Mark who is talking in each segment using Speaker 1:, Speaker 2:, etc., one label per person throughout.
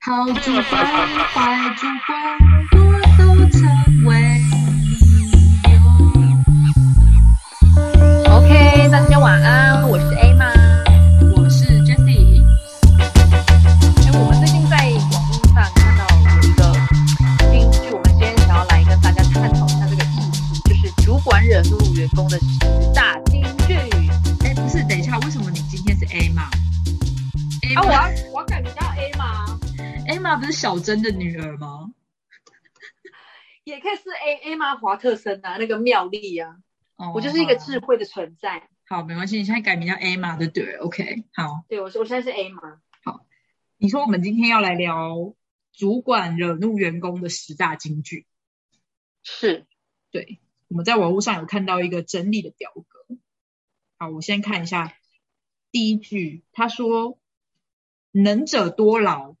Speaker 1: 好主管、坏主管，我都成为你有。
Speaker 2: OK，大家晚安，我是 A 妈。
Speaker 1: 我是 Jessie，
Speaker 2: 哎，我们最近在网络上看到有一个新剧，我们今天想要来跟大家探讨一下这个议题，就是主管惹怒员工的十大金句。
Speaker 1: 哎，不是，等一下，为什么你今天是 A 嘛？A
Speaker 2: 啊，我
Speaker 1: 嘛
Speaker 2: 要我要改名叫 A 吗？
Speaker 1: ，A 嘛不是小珍的女儿吗？
Speaker 2: 也可以是 A A 吗？华特森啊，那个妙丽啊，
Speaker 1: 哦
Speaker 2: 我就是一个
Speaker 1: 好啦
Speaker 2: 智慧的存在。
Speaker 1: 好，没关系，你现在改名叫 A 嘛，对不对？OK，好，
Speaker 2: 对，我是我现在是 A 吗？
Speaker 1: 你说我们今天要来聊主管惹怒员工的十大金句。
Speaker 2: 是，
Speaker 1: 对，我们在网络上有看到一个整理的表格。好，我先看一下第一句，他说“能者多劳”，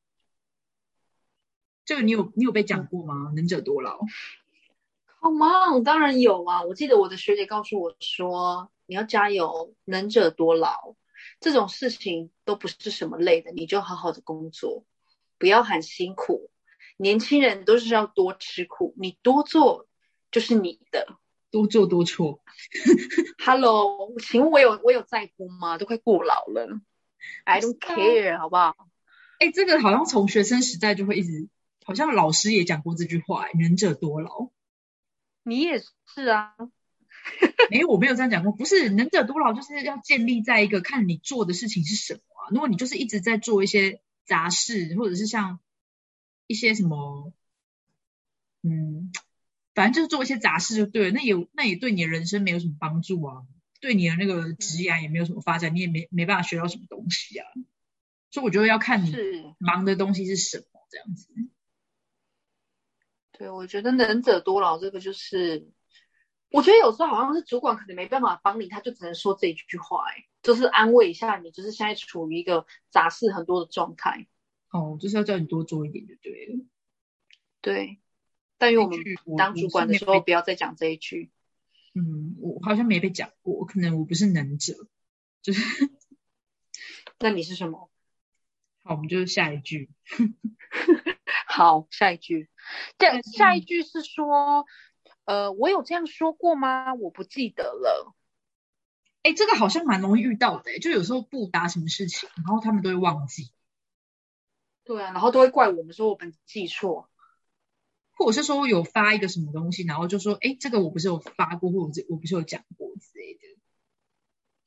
Speaker 1: 这个你有你有被讲过吗？“能者多劳
Speaker 2: Come on，当然有啊！我记得我的学姐告诉我说，你要加油，能者多劳，这种事情都不是什么累的，你就好好的工作，不要喊辛苦。年轻人都是要多吃苦，你多做就是你的。”，
Speaker 1: 多做多错。
Speaker 2: Hello，请问我有我有在乎吗？都快过劳了，I don't
Speaker 1: 不是啊
Speaker 2: care，好不好？
Speaker 1: 哎，这个好像从学生时代就会一直，好像老师也讲过这句话，“哎能者多劳
Speaker 2: 你也是啊，”。
Speaker 1: 没哎有，我没有这样讲过，不是“能者多劳”，就是要建立在一个看你做的事情是什么啊。如果你就是一直在做一些杂事，或者是像一些什么，嗯，反正就是做一些杂事就对了，那也那也对你的人生没有什么帮助啊，对你的那个职业也没有什么发展，你也没没办法学到什么东西啊。所以我觉得要看你
Speaker 2: 是。
Speaker 1: 忙的东西是什么，这样子。
Speaker 2: 对，我觉得能者多劳这个就是，我觉得有时候好像是主管可能没办法帮你，他就只能说这一句话、哎，就是安慰一下你，就是现在处于一个杂事很多的状态。
Speaker 1: 哦，就是要叫你多做一点就对了。
Speaker 2: 对，但愿我们
Speaker 1: 这句我
Speaker 2: 当主管的时，候
Speaker 1: 我是
Speaker 2: 不要再讲这一句。
Speaker 1: 没被嗯，我好像没被讲过，可能我不是能者。
Speaker 2: 那你是什么？
Speaker 1: 好，我们就下一句。
Speaker 2: 好，下一句。对
Speaker 1: 嗯，
Speaker 2: 下一句是说，呃，我有这样说过吗？我不记得了。
Speaker 1: 哎，这个好像蛮容易遇到的，就有时候不答什么事情，然后他们都会忘记，
Speaker 2: 对啊，然后都会怪我们说我们记错。
Speaker 1: 或者是说有发一个什么东西，然后就说，哎，这个我不是有发过，或者我不是有讲过之类的，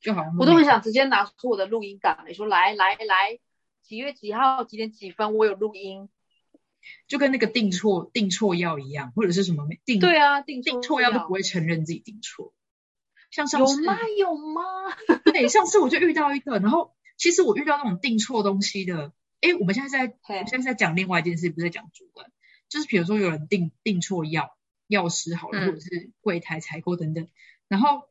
Speaker 1: 就好像
Speaker 2: 我都很
Speaker 1: 没
Speaker 2: 想直接拿出我的录音档，你说来来来，几月几号几点几分，我有录音。
Speaker 1: 就跟那个订错订错药一样，或者是什么订
Speaker 2: 对啊，定
Speaker 1: 嗯订
Speaker 2: 错
Speaker 1: 错药都不会承认自己订错，像上
Speaker 2: 有
Speaker 1: 次
Speaker 2: 吗？有吗？
Speaker 1: 对，上次我就遇到一个，然后其实我遇到那种订错东西的，诶，我们现在在我
Speaker 2: 嘿
Speaker 1: 们现在在讲另外一件事，不是在讲主管，就是比如说有人订订错药，药师好了，或者
Speaker 2: 嗯
Speaker 1: 是柜台采购等等，然后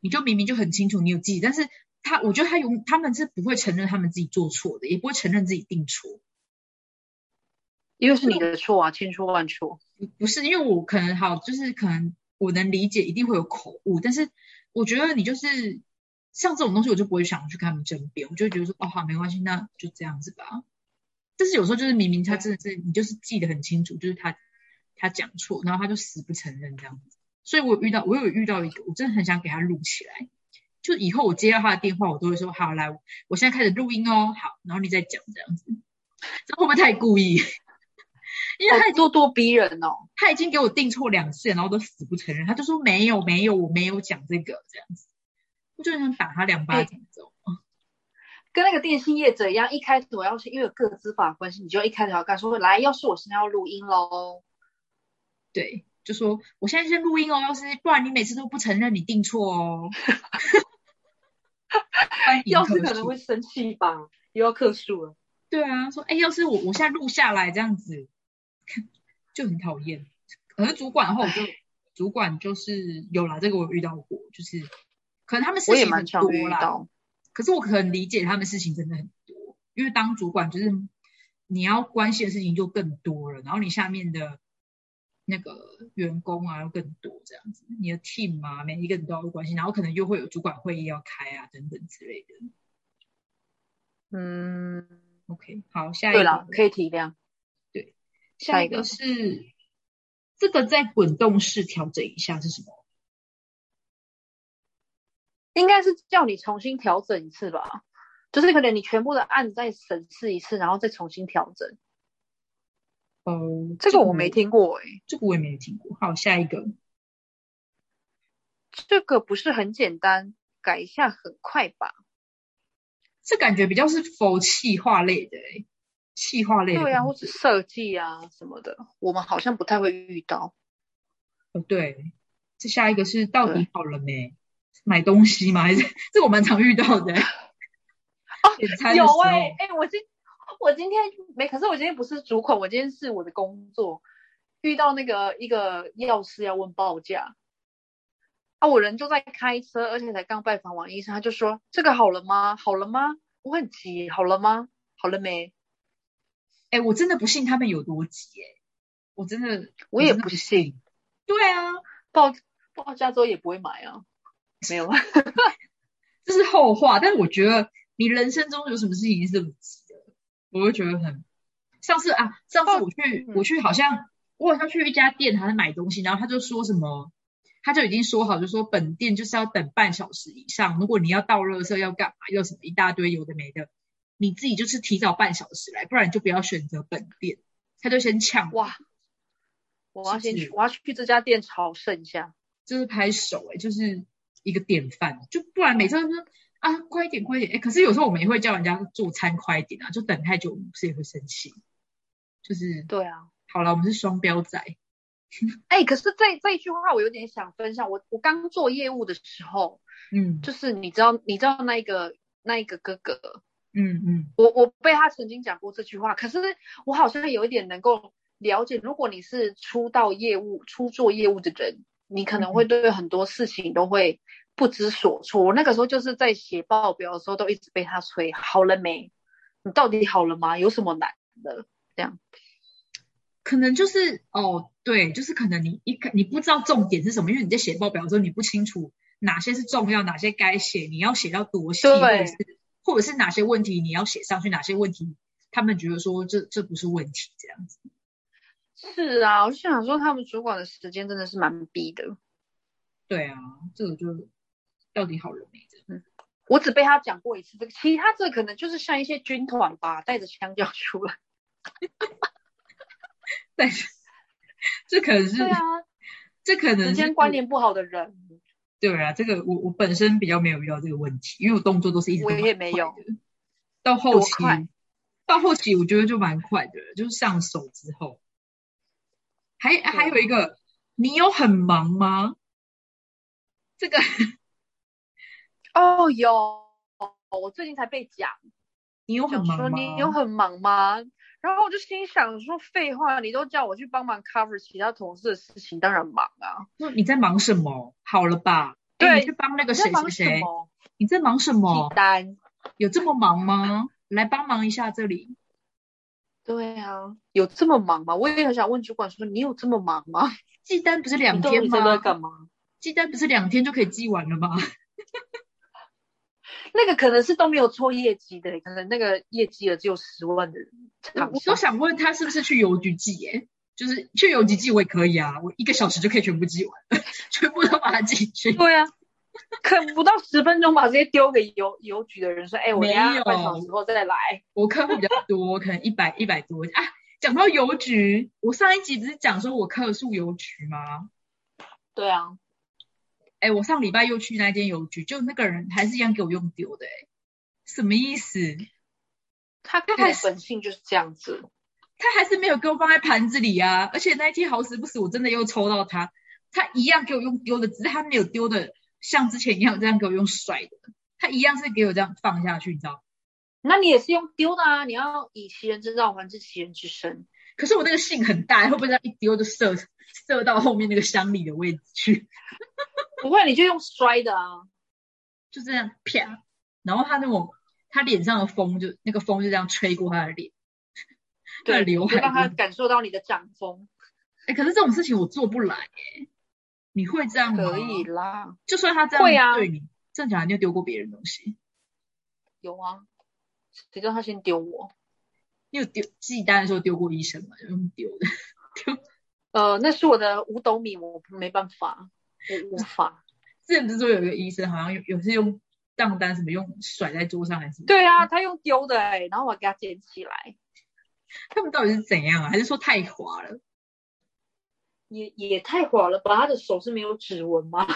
Speaker 1: 你就明明就很清楚你有记，但是他我觉得他永他们是不会承认他们自己做错的，也不会承认自己订错，
Speaker 2: 因为是你的错啊，千错万错。
Speaker 1: 不是因为我可能好，就是可能我能理解一定会有口误，但是我觉得你就是像这种东西，我就不会想去跟他们争辩，我就会觉得说哦好没关系，那就这样子吧。但是有时候就是明明他真的是你就是记得很清楚，就是他他讲错，然后他就死不承认这样子。所以我有遇到我有遇到一个，我真的很想给他录起来。就以后我接到他的电话，我都会说好来，我现在开始录音哦，好，然后你再讲这样子，这会不会太故意？因为他
Speaker 2: 好咄咄逼人哦，
Speaker 1: 他已经给我订错两次，然后都死不承认，他就说没有没有，我没有讲这个这样子，我就很想打他两巴掌这种。
Speaker 2: 跟那个电信业者一样，一开始我要是因为有个资法关系，你就一开始要干说来，要是我现在要录音喽，
Speaker 1: 对，就说我现在先录音哦，要是不然你每次都不承认你订错哦。 欢迎
Speaker 2: 要是
Speaker 1: 客
Speaker 2: 可能
Speaker 1: 诉
Speaker 2: 会生气吧，又要克数了。
Speaker 1: 对啊，说哎，要是我我现在录下来这样子，就很讨厌。可是主管的话，我就主管就是有啦，这个我有遇到过，就是可能他们事
Speaker 2: 我也
Speaker 1: 情很
Speaker 2: 蛮常遇
Speaker 1: 多啦，
Speaker 2: 到，
Speaker 1: 可是我很理解他们事情真的很多，因为当主管就是你要关心的事情就更多了，然后你下面的那个员工啊又更多这样子，你的 team 啊每一个人都要关心，然后可能又会有主管会议要开啊等等之类的。
Speaker 2: 嗯，
Speaker 1: OK，好，下一
Speaker 2: 对
Speaker 1: 个
Speaker 2: 了，，可以体谅。
Speaker 1: 下
Speaker 2: 下
Speaker 1: 一
Speaker 2: 一
Speaker 1: 个
Speaker 2: 个
Speaker 1: 是这个在滚动式调整一下是什么？
Speaker 2: 应该是叫你重新调整一次吧，就是可能你全部的案子再审视一次，然后再重新调整。
Speaker 1: 哦，
Speaker 2: 这个我没，听过欸诶、
Speaker 1: 这个我也没有听过。好，下一个，
Speaker 2: 这个不是很简单，改一下很快吧？
Speaker 1: 这感觉比较是否气化类的、欸，气化类的
Speaker 2: 对啊，或
Speaker 1: 工
Speaker 2: 者
Speaker 1: 作
Speaker 2: 设计啊什么的，我们好像不太会遇到。
Speaker 1: 哦，对，这下一个是到底
Speaker 2: 对
Speaker 1: 好了没？买东西吗？还是这我蛮常遇到的、欸。点餐的
Speaker 2: 有
Speaker 1: 时候
Speaker 2: 哎、欸、哎、我今我今天没，可是我今天不是主管，我今天是我的工作，遇到那个一个药师要问报价，啊，我人就在开车，而且才刚拜访完医生，他就说这个好了吗？好了吗？我很急，好了吗？好了没？
Speaker 1: 哎、我真的不信他们有多急哎、我真的，
Speaker 2: 我也不信，
Speaker 1: 对啊，
Speaker 2: 报报价之后也不会买啊，没有啊，
Speaker 1: 这是后话。但我觉得你人生中有什么事情是这么急的，我就觉得很。上次啊，上次我去，
Speaker 2: 嗯
Speaker 1: 我去好像我好像去一家店，还在买东西，然后他就说什么，他就已经说好，就说本店就是要等半小时以上，如果你要倒垃圾要干嘛，要什么一大堆有的没的，你自己就是提早半小时来，不然你就不要选择本店。他就先呛我，
Speaker 2: 哇，我要
Speaker 1: 是
Speaker 2: 先
Speaker 1: 不是
Speaker 2: 去，我要去这家店朝圣一下，
Speaker 1: 就是拍手、欸，就是一个典范，就不然每次都说啊快一点快一点，哎、可是有时候我们也会叫人家做餐快一点啊，就等太久我们不是也会生气，就是
Speaker 2: 对啊。
Speaker 1: 好了，我们是双标仔，
Speaker 2: 哎、可是这这一句话我有点想分享。我我刚做业务的时候，
Speaker 1: 嗯
Speaker 2: 就是你知道，你知道那一个那一个哥哥，
Speaker 1: 嗯嗯，
Speaker 2: 我我被他曾经讲过这句话，可是我好像有一点能够了解，如果你是初到业务、初做业务的人，你可能会对很多事情都会不知所措。我那个时候就是在写报表的时候，都一直被他催：好了没？你到底好了吗？有什么难的？
Speaker 1: 可能就是哦对，就是可能你一个你不知道重点是什么，因为你在写报表的时候你不清楚哪些是重要，哪些该写，你要写到多细，
Speaker 2: 对
Speaker 1: 或者是或者是哪些问题你要写上去，哪些问题他们觉得说这这不是问题这样子。
Speaker 2: 是啊，我就想说，他们主管的时间真的是蛮逼的。
Speaker 1: 对啊，这个就到底好人没的。
Speaker 2: 我只被他讲过一次这个，其他这个可能就是像一些军团吧，带着枪就要出来。
Speaker 1: 但是这可能是、
Speaker 2: 对啊，
Speaker 1: 这可能
Speaker 2: 时
Speaker 1: 是
Speaker 2: 间观念不好的人，
Speaker 1: 对啊，这个我我本身比较没有遇到这个问题，因为我动作都是一直都
Speaker 2: 我也
Speaker 1: 蛮
Speaker 2: 没
Speaker 1: 快
Speaker 2: 有
Speaker 1: 的。到后
Speaker 2: 多
Speaker 1: 期
Speaker 2: 快，
Speaker 1: 到后期我觉得就蛮快的了，就是上手之后，还还
Speaker 2: 啊
Speaker 1: 有一个，你有很忙吗？这个
Speaker 2: 哦，有，我最近才被讲，
Speaker 1: 你有很
Speaker 2: 讲说
Speaker 1: 忙吗？
Speaker 2: 你有很忙吗？然后我就心想说，废话，你都叫我去帮忙 cover 其他同事的事情，当然忙啊。
Speaker 1: 那你在忙什么？好了吧？哎
Speaker 2: 对
Speaker 1: 你去帮那个
Speaker 2: 你在
Speaker 1: 谁
Speaker 2: 忙
Speaker 1: 谁
Speaker 2: 什
Speaker 1: 谁，哦
Speaker 2: 么？
Speaker 1: 你在忙什么
Speaker 2: 记？单。
Speaker 1: 有这么忙吗？来帮忙一下这里。
Speaker 2: 对啊，有这么忙吗？我也很想问主管说，你有这么忙吗？
Speaker 1: 寄单不是两
Speaker 2: 你到底
Speaker 1: 天
Speaker 2: 在那
Speaker 1: 吗？
Speaker 2: 干嘛？
Speaker 1: 寄单不是两天就可以寄完了吗？
Speaker 2: 那个可能是都没有做业绩的，可能那个业绩额只有十万的
Speaker 1: 我
Speaker 2: 厂
Speaker 1: 我都
Speaker 2: 商。
Speaker 1: 想问他是不是去邮局寄耶、就是去邮局寄我也可以啊，我一个小时就可以全部寄完， 全部都把它寄去。
Speaker 2: 对啊，可不到十分钟吧，直接丢给邮邮局的人说：“哎、我等一
Speaker 1: 没有
Speaker 2: 下半小时后再来。
Speaker 1: 我客户比较多，可能一百一百多啊。讲到邮局，我上一集不是讲说我客诉邮局吗？”
Speaker 2: 对啊，
Speaker 1: 哎，我上礼拜又去那间邮局，就那个人还是一样给我用丢的、哎，什么意思？
Speaker 2: 他
Speaker 1: 他
Speaker 2: 他
Speaker 1: 还
Speaker 2: 的
Speaker 1: 是
Speaker 2: 本性就是这样子。
Speaker 1: 他还是没有给我放在盘子里啊！而且那一天好死不死，我真的又抽到他，他一样给我用丢的，只是他没有丢的像之前一样这样给我用甩的，他一样是给我这样放下去，你知道？
Speaker 2: 那你也是用丢的啊，你要以其人之道还治其人之身。
Speaker 1: 可是我那个信很大，会不会这样一丢就射射到后面那个箱里的位置去？
Speaker 2: 不会，你就用摔的啊。
Speaker 1: 就这样啪，然后他那种他脸上的风就那个风就这样吹过他的脸，他的
Speaker 2: 对，
Speaker 1: 刘
Speaker 2: 你就
Speaker 1: 海
Speaker 2: 让他
Speaker 1: 就
Speaker 2: 感受到你的掌风。
Speaker 1: 哎、可是这种事情我做不来哎、你会这样吗？
Speaker 2: 可以啦，
Speaker 1: 就算他这样
Speaker 2: 会啊
Speaker 1: 对你，正常你有丢过别人东西？
Speaker 2: 有啊，谁叫他先丢我？
Speaker 1: 你有丢寄单的时候丢过医生吗？用丢的，
Speaker 2: 呃，那是我的五斗米，我没办法，我无 法。
Speaker 1: 之前不是说有一个医生好像有有是用账单什么用甩在桌上还是什么？
Speaker 2: 对啊，他用丢的哎、然后我给他捡起来，
Speaker 1: 他们到底是怎样啊？还是说太滑了？
Speaker 2: 也也太滑了吧？他的手是没有指纹吗？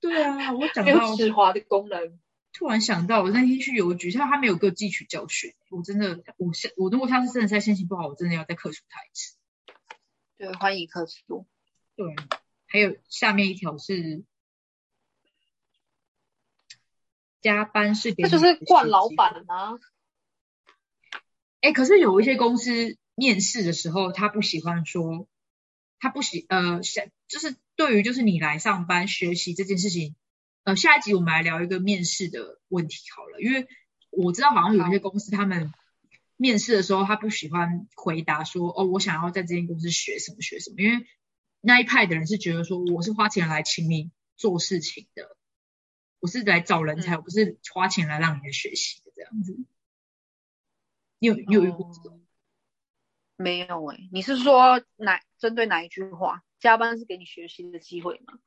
Speaker 1: 对啊，我讲
Speaker 2: 没
Speaker 1: 到
Speaker 2: 有指滑的功能。
Speaker 1: 突然想到，我那天去邮局，他他没有给我汲取教训，我真的，我下我如果下次真的再心情不好，我真的要再克诉他一次。
Speaker 2: 对，欢迎客诉。
Speaker 1: 对，还有下面一条是加班是给
Speaker 2: 这就
Speaker 1: 你的
Speaker 2: 是惯
Speaker 1: 时
Speaker 2: 老
Speaker 1: 间。
Speaker 2: 板啊。
Speaker 1: 哎，可是有一些公司面试的时候，他不喜欢说，他不喜呃，下就是对于就是你来上班学习这件事情，呃，下一集我们来聊一个面试的问题好了，因为我知道好像有一些公司他们面试的时候，他不喜欢回答说，哦，我想要在这间公司学什么学什么，因为那一派的人是觉得说，我是花钱来请你做事情的，我是来找人才，
Speaker 2: 嗯
Speaker 1: 我不是花钱来让你来学习的这样子。你有你有遇过这种？
Speaker 2: 嗯没有哎、你是说哪针对哪一句话？加班是给你学习的机会吗？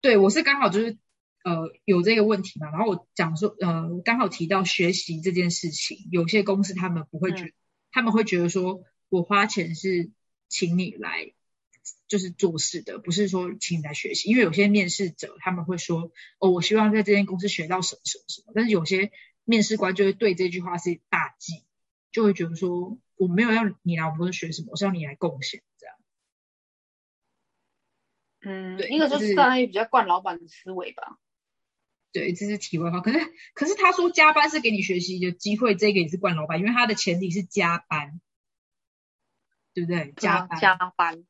Speaker 1: 对，我是刚好就是呃有这个问题嘛，然后我讲说呃刚好提到学习这件事情，有些公司他们不会觉
Speaker 2: 嗯
Speaker 1: 他们会觉得说我花钱是请你来就是做事的，不是说请你来学习，因为有些面试者他们会说哦我希望在这间公司学到什么什么什么，但是有些面试官就会对这句话是大忌，就会觉得说我没有要你来我们公司学什么，我是要你来贡献这样。
Speaker 2: 嗯，
Speaker 1: 对
Speaker 2: 一个
Speaker 1: 就
Speaker 2: 就是是大概比较惯老板的思维吧。
Speaker 1: 对，这是题外话。可是，可是他说加班是给你学习的机会，这个也是惯老板，因为他的前提是加班，对不对？加
Speaker 2: 啊
Speaker 1: 班，
Speaker 2: 加班，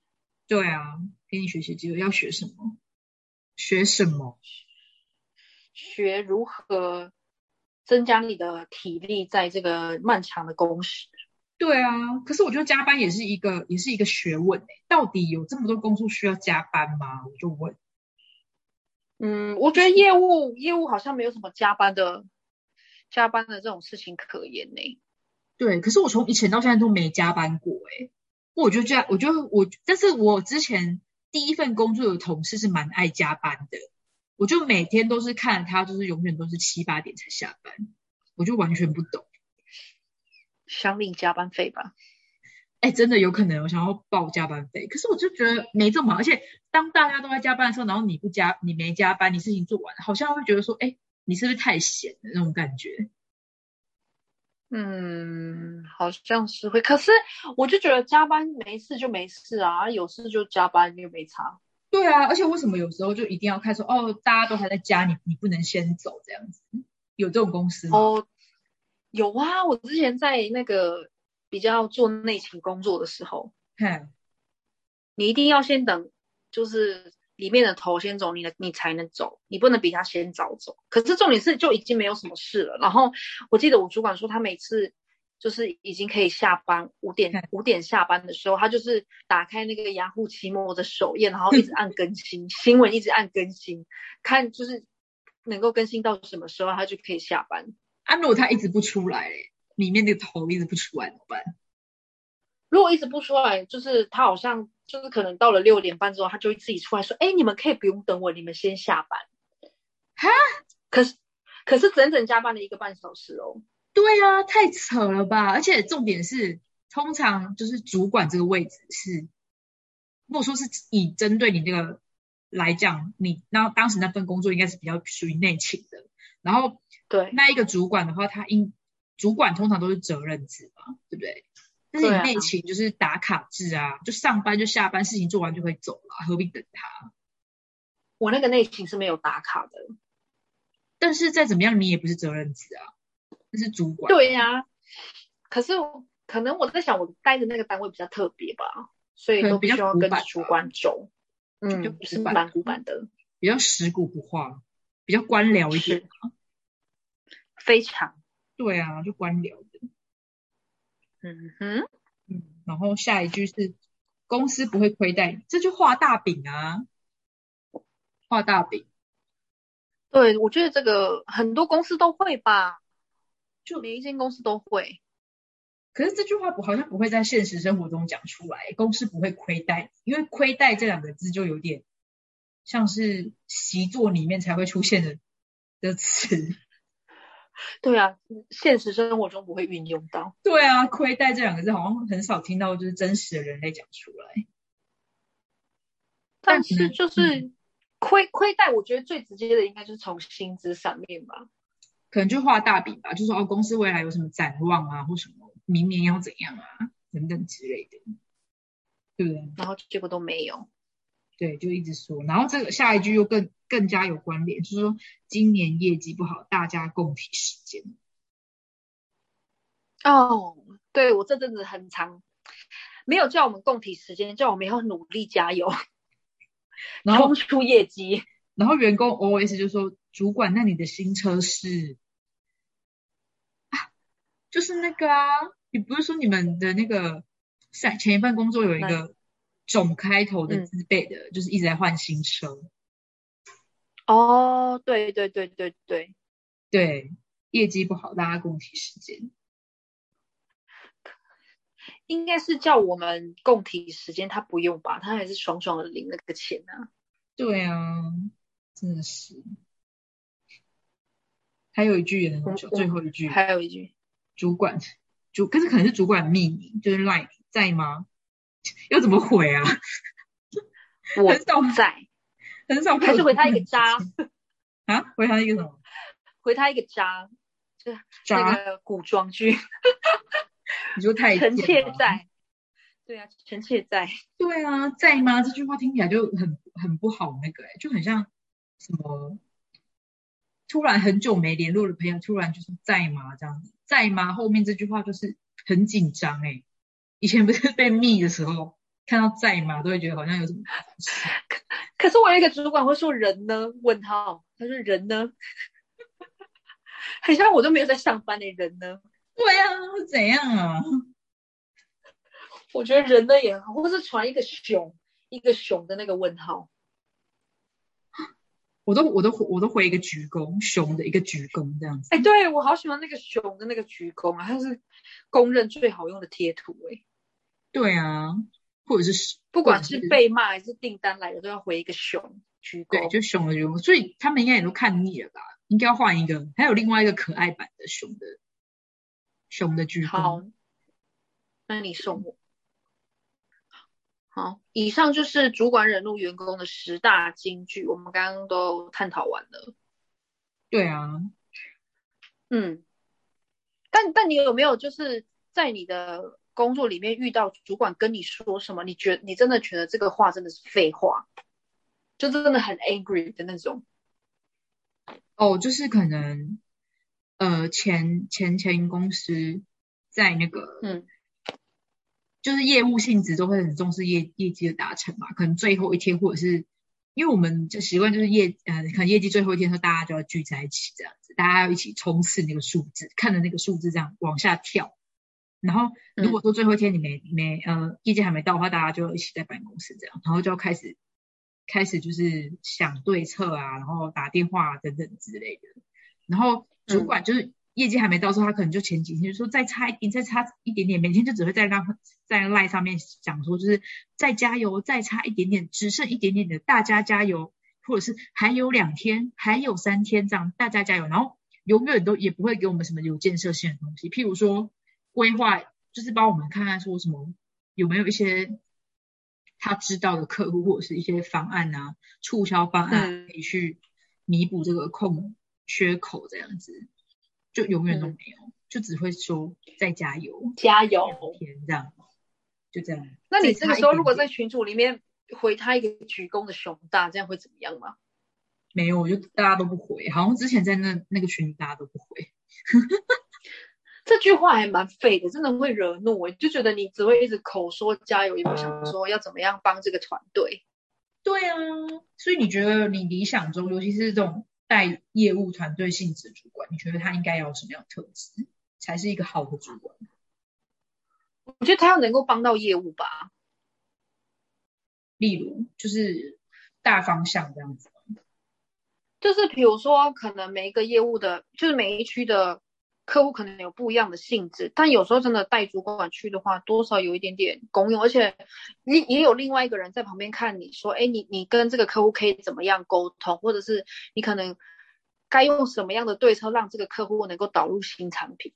Speaker 1: 对啊，给你学习机会，要学什么？学什么？
Speaker 2: 学如何增加你的体力，在这个漫长的工时。
Speaker 1: 对啊，可是我觉得加班也是一个，也是一个学问、欸、到底有这么多工作需要加班吗？我就问。
Speaker 2: 嗯，我觉得业务业务好像没有什么加班的加班的这种事情可言呢、
Speaker 1: 对，可是我从以前到现在都没加班过诶、我觉得加，我觉得我，但是我之前第一份工作的同事是蛮爱加班的，我就每天都是看他，就是永远都是七八点才下班，我就完全不懂。
Speaker 2: 相应加班费吧。
Speaker 1: 哎，真的有可能我想要报加班费，可是我就觉得没这么好。而且当大家都在加班的时候，然后你不加，你没加班，你事情做完，好像会觉得说，哎，你是不是太闲了那种感觉？
Speaker 2: 嗯，好像是会，可是我就觉得加班没事就没事啊，有事就加班又没差。
Speaker 1: 对啊，而且为什么有时候就一定要看说，哦，大家都还在家，你你不能先走这样子？有这种公司吗？
Speaker 2: 哦，有啊，我之前在那个比较做内勤工作的时候，
Speaker 1: 看，
Speaker 2: 你一定要先等，就是里面的头先走，你的你才能走，你不能比他先早走。可是重点是就已经没有什么事了。然后我记得我主管说，他每次就是已经可以下班五点五点下班的时候，他就是打开那个雅虎奇摩的首页，然后一直按更新新闻，一直按更新，看就是能够更新到什么时候，他就可以下班。
Speaker 1: 啊，如果他一直不出来嘞，里面那个头一直不出来怎么办？
Speaker 2: 如果一直不出来，就是他好像就是可能到了六点半之后，他就会自己出来说：“哎，你们可以不用等我，你们先下班。”
Speaker 1: 哈，
Speaker 2: 可是可是整整加班了一个半小时哦。
Speaker 1: 对啊，太扯了吧！而且重点是，通常就是主管这个位置是，如果说是以针对你这个来讲，你那当时那份工作应该是比较属于内勤的，然后
Speaker 2: 对，
Speaker 1: 那一个主管的话，他应主管通常都是责任制嘛，对不对？但是你
Speaker 2: 对啊
Speaker 1: 内勤就是打卡制啊，就上班就下班，事情做完就会走了，何必等他？
Speaker 2: 我那个内勤是没有打卡的。
Speaker 1: 但是再怎么样，你也不是责任制啊，那是主管。
Speaker 2: 对呀、可是我可能我在想，我待的那个单位比较特别吧，所以
Speaker 1: 可能
Speaker 2: 都
Speaker 1: 比
Speaker 2: 必
Speaker 1: 较
Speaker 2: 须要
Speaker 1: 古
Speaker 2: 跟
Speaker 1: 板
Speaker 2: 着主
Speaker 1: 吧
Speaker 2: 管走。
Speaker 1: 就
Speaker 2: 嗯，
Speaker 1: 古
Speaker 2: 是
Speaker 1: 板
Speaker 2: 蛮古板的，
Speaker 1: 比较食古不化，比较官僚一点
Speaker 2: 是。非常。
Speaker 1: 对啊，就官僚的。
Speaker 2: 嗯哼，
Speaker 1: 嗯，然后下一句是公司不会亏待你，这就画大饼啊，画大饼。
Speaker 2: 对，我觉得这个很多公司都会吧，
Speaker 1: 就
Speaker 2: 每一间公司都会。
Speaker 1: 可是这句话不好像不会在现实生活中讲出来，公司不会亏待，因为亏待这两个字就有点像是习作里面才会出现的的词。
Speaker 2: 对啊，现实生活中不会运用到。
Speaker 1: 对啊，亏待这两个字好像很少听到，就是真实的人类讲出来。但
Speaker 2: 但是
Speaker 1: 嗯
Speaker 2: 就是亏亏待，我觉得最直接的应该就是从薪资上面吧。
Speaker 1: 可能就画大饼吧，就说哦，公司未来有什么展望啊，或什么明年要怎样啊，等等之类的，对不对？
Speaker 2: 然后结果都没有。
Speaker 1: 对，就一直说。然后这个下一句又更更加有关联，就是说今年业绩不好，大家共体时间。
Speaker 2: 哦，对我这阵子很长，没有叫我们共体时间，叫我们要努力加油，
Speaker 1: 然后
Speaker 2: 冲出业绩。
Speaker 1: 然后员工 OS 就说：“主管，那你的新车是啊，就是那个啊，你不是说你们的那个上前一份工作有一个总开头的
Speaker 2: 嗯
Speaker 1: 字辈的，就是一直在换新车，
Speaker 2: 哦，对对对对对，
Speaker 1: 对，业绩不好，大家共体时间。
Speaker 2: 应该是叫我们共体时间，他不用吧？他还是爽爽的领那个钱啊。
Speaker 1: 对啊，真的是。还有一句也很好笑，
Speaker 2: 我
Speaker 1: 最后一句，
Speaker 2: 嗯还有一句，
Speaker 1: 主管主，可是可能是主管秘密，就是 line 在吗？ 要怎么回啊？
Speaker 2: 我
Speaker 1: 很少
Speaker 2: 在，
Speaker 1: 很少会
Speaker 2: 还
Speaker 1: 有
Speaker 2: 是回他一个
Speaker 1: 这种
Speaker 2: 渣
Speaker 1: 事，情 啊，回他一个什 么
Speaker 2: 回他一个渣，
Speaker 1: 渣？
Speaker 2: 那个古装剧
Speaker 1: 你说太
Speaker 2: 《臣妾
Speaker 1: 贱吗？
Speaker 2: 在》。对啊，臣妾在。
Speaker 1: 对啊，在吗？这句话听起来就很很不好，那个、欸、就很像什么突然很久没联络的朋友，突然就是在吗这样子，在吗？后面这句话就是很紧张哎、以前不是被密的时候，看到在吗都会觉得好像有什么烦事
Speaker 2: 可是我有一个主管会说人呢？问号，他说人呢？ 很像我都没有在上班的、人呢。
Speaker 1: 对啊，是怎样啊？
Speaker 2: 我觉得人呢也很好，或是传一个熊，一个熊的那个问号。
Speaker 1: 我都我都我都回一个鞠躬，熊的一个鞠躬这样子。
Speaker 2: 哎，对我好喜欢那个熊的那个鞠躬啊，它是公认最好用的贴图哎、
Speaker 1: 对啊，或者是
Speaker 2: 不管
Speaker 1: 或
Speaker 2: 是
Speaker 1: 者是
Speaker 2: 被骂还是订单来了，都要回一个熊鞠
Speaker 1: 对，
Speaker 2: 躬。
Speaker 1: 就熊的员工，所以他们应该也都看腻了吧？应该要换一个，还有另外一个可爱版的熊的熊的鞠
Speaker 2: 好
Speaker 1: 躬。，
Speaker 2: 那你送我。好，以上就是主管惹怒员工的十大金句，我们刚刚都探讨完了。
Speaker 1: 对啊，
Speaker 2: 嗯，但但你有没有就是在你的工作里面遇到主管跟你说什么？你觉你真的觉得这个话真的是废话，就真的很 angry 的那种。
Speaker 1: 哦，就是可能呃前前前公司在那个
Speaker 2: 嗯
Speaker 1: 就是业务性质都会很重视业业绩的达成嘛，可能最后一天或者是因为我们就习惯就是业呃，可能业绩最后一天的时候大家就要聚在一起这样子，大家要一起冲刺那个数字，看着那个数字这样往下跳。然后如果说最后一天你没没呃业绩还没到的话，大家就一起在办公室这样，然后就要开始开始就是想对策啊，然后打电话啊等等之类的。然后主管就是业绩还没到的时候，他可能就前几天就说再差一点，再差一点点，每天就只会在让在赖上面讲说，就是再加油，再差一点点，只剩一点点的，大家加油，或者是还有两天，还有三天这样，大家加油。然后永远都也不会给我们什么有建设性的东西，譬如说规划，就是帮我们看看说什么有没有一些。他知道的客户或者是一些方案啊，促销方案
Speaker 2: 嗯
Speaker 1: 可以去弥补这个空缺口这样子，就永远都没有，就只会说再加油，
Speaker 2: 加
Speaker 1: 聊
Speaker 2: 油！
Speaker 1: 天这样，就这样。
Speaker 2: 那你这个时候如果
Speaker 1: 再
Speaker 2: 在群组里面回他一个鞠躬的熊大，这样会怎么样吗？
Speaker 1: 没有，我就大家都不回，好像之前在那那个群里大家都不回。
Speaker 2: 这句话还蛮废的，真的会惹怒我，就觉得你只会一直口说加油，也不想说要怎么样帮这个团队。
Speaker 1: 对啊，所以你觉得你理想中，尤其是这种带业务团队性质的主管，你觉得他应该要有什么样的特质，才是一个好的主管？
Speaker 2: 我觉得他要能够帮到业务吧，
Speaker 1: 例如，就是大方向这样子。
Speaker 2: 就是比如说可能每一个业务的，就是每一区的客户可能有不一样的性质，但有时候真的带主管去的话，多少有一点点公用，而且也也有另外一个人在旁边看你说，哎，你你跟这个客户可以怎么样沟通，或者是你可能该用什么样的对策让这个客户能够导入新产品。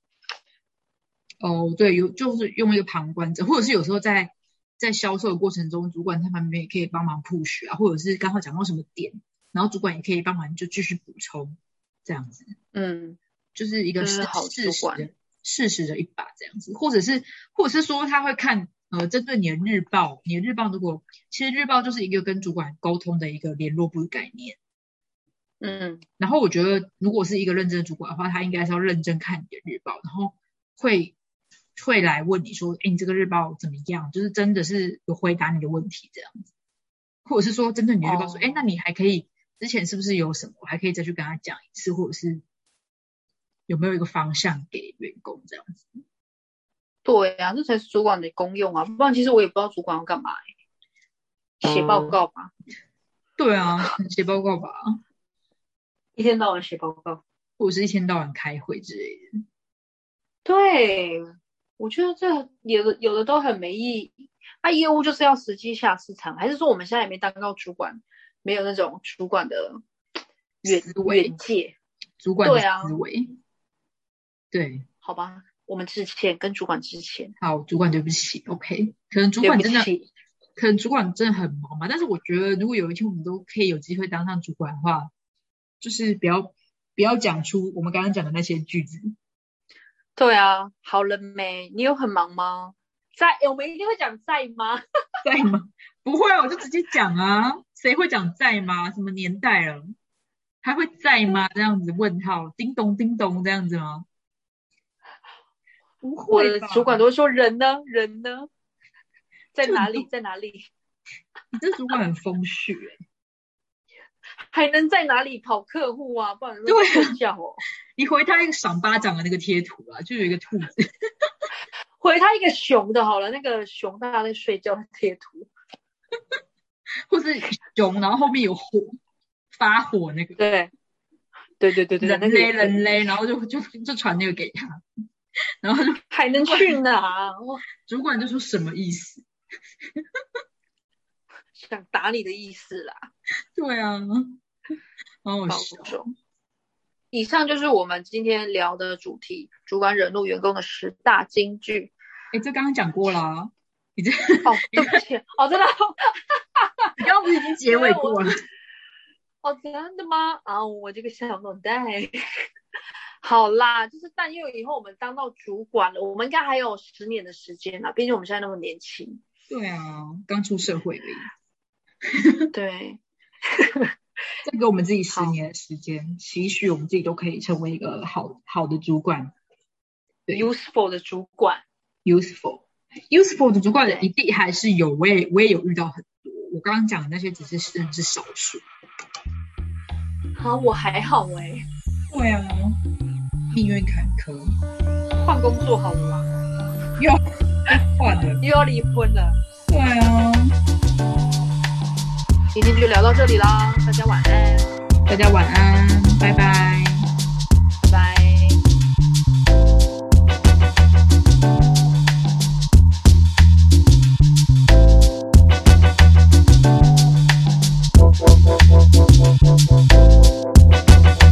Speaker 1: 哦，对，有就是用一个旁观者，或者是有时候在在销售的过程中，主管在旁边也可以帮忙 push 啊，或者是刚好讲到什么点，然后主管也可以帮忙就继续补充，这样子。
Speaker 2: 嗯，
Speaker 1: 就是一个
Speaker 2: 嗯
Speaker 1: 事
Speaker 2: 好
Speaker 1: 事
Speaker 2: 主
Speaker 1: 实
Speaker 2: 管
Speaker 1: 的事实的一把这样子，或者是或者是说他会看呃针对你的日报，你的日报如果其实日报就是一个跟主管沟通的一个联络部的概念。
Speaker 2: 嗯，
Speaker 1: 然后我觉得如果是一个认真的主管的话，他应该是要认真看你的日报，然后会会来问你说，哎，你这个日报怎么样？就是真的是有回答你的问题这样子，或者是说针对你的日报说，
Speaker 2: 哦
Speaker 1: 哎、那你还可以之前是不是有什么，还可以再去跟他讲一次，或者是有没有一个方向给员工这样子？
Speaker 2: 对呀、这才是主管的功用啊，不然其实我也不知道主管要干嘛、欸写报告吧，
Speaker 1: 对啊，写报告吧，
Speaker 2: 一天到晚写报告。
Speaker 1: 或者是一天到晚开会之类的。
Speaker 2: 对，我觉得这有的有的都很没意义。那业务就是要实际下市场，还是说我们现在也没当到主管，没有那种主管的远
Speaker 1: 思维
Speaker 2: 远界？
Speaker 1: 主管的
Speaker 2: 对啊
Speaker 1: 思维，对，
Speaker 2: 好吧，我们致歉，跟主管致歉，
Speaker 1: 好，主管对不起，OK，可能主
Speaker 2: 对
Speaker 1: 管
Speaker 2: 不
Speaker 1: 真的。
Speaker 2: 起。
Speaker 1: 可能主管真的很忙嘛，但是我觉得如果有一天我们都可以有机会当上主管的话，就是不要不要讲出我们刚刚讲的那些句子。
Speaker 2: 对啊，好了没？你有很忙吗？在，诶我们一定会讲在吗？
Speaker 1: 在吗？不会，我就直接讲啊，谁会讲在吗？什么年代了，还会在吗？这样子问号，叮咚叮咚这样子吗？不
Speaker 2: 我
Speaker 1: 会
Speaker 2: 的
Speaker 1: 吧，
Speaker 2: 主管都会说人呢，人呢，在
Speaker 1: 就
Speaker 2: 哪
Speaker 1: 你
Speaker 2: 里，在哪里？
Speaker 1: 你这主管很风趣、欸，
Speaker 2: 还能在哪里跑客户啊？不然你
Speaker 1: 对
Speaker 2: 会
Speaker 1: 啊
Speaker 2: 睡觉哦。
Speaker 1: 你回他一个赏巴掌的那个贴图啊，就有一个兔子。
Speaker 2: 回他一个熊的好了，那个熊大家在睡觉的贴图。
Speaker 1: 或是熊，然后后面有火，发火那个
Speaker 2: 对，对对对对，
Speaker 1: 人
Speaker 2: 那个
Speaker 1: 类
Speaker 2: 也可以
Speaker 1: 人类，然后就就就传那个给他，然后就
Speaker 2: 还能去哪？我
Speaker 1: 主管就说什么意思？
Speaker 2: 想打你的意思啦，
Speaker 1: 对啊，好好
Speaker 2: 暴
Speaker 1: 笑。
Speaker 2: 种。以上就是我们今天聊的主题：主管惹怒员工的十大金句。
Speaker 1: 哎，这刚刚讲过啦，你这
Speaker 2: 哦，对不起，哦，真的，
Speaker 1: 你刚刚不是已经结尾过了？
Speaker 2: 哦，真的吗？啊、我这个小脑袋。好啦，就是但因为以后我们当到主管了，我们应该还有十年的时间啦，毕竟我们现在那么年轻。
Speaker 1: 对啊，刚出社会而已，
Speaker 2: 对，
Speaker 1: 再给我们自己十
Speaker 2: 好
Speaker 1: 年的时间，期许我们自己都可以成为一个好好的主管对
Speaker 2: useful 的主管，
Speaker 1: ，useful。useful 的主管
Speaker 2: 对
Speaker 1: 一定还是有，我也我也有遇到很多，我刚刚讲的那些只是真的是少数。
Speaker 2: 好，我还好哎、
Speaker 1: 对啊，命运坎坷，
Speaker 2: 换工作好吗？
Speaker 1: 又换了。
Speaker 2: 又要离婚了，
Speaker 1: 对啊，
Speaker 2: 今天就聊到这里啦，大家晚安。
Speaker 1: 大家晚安，拜拜。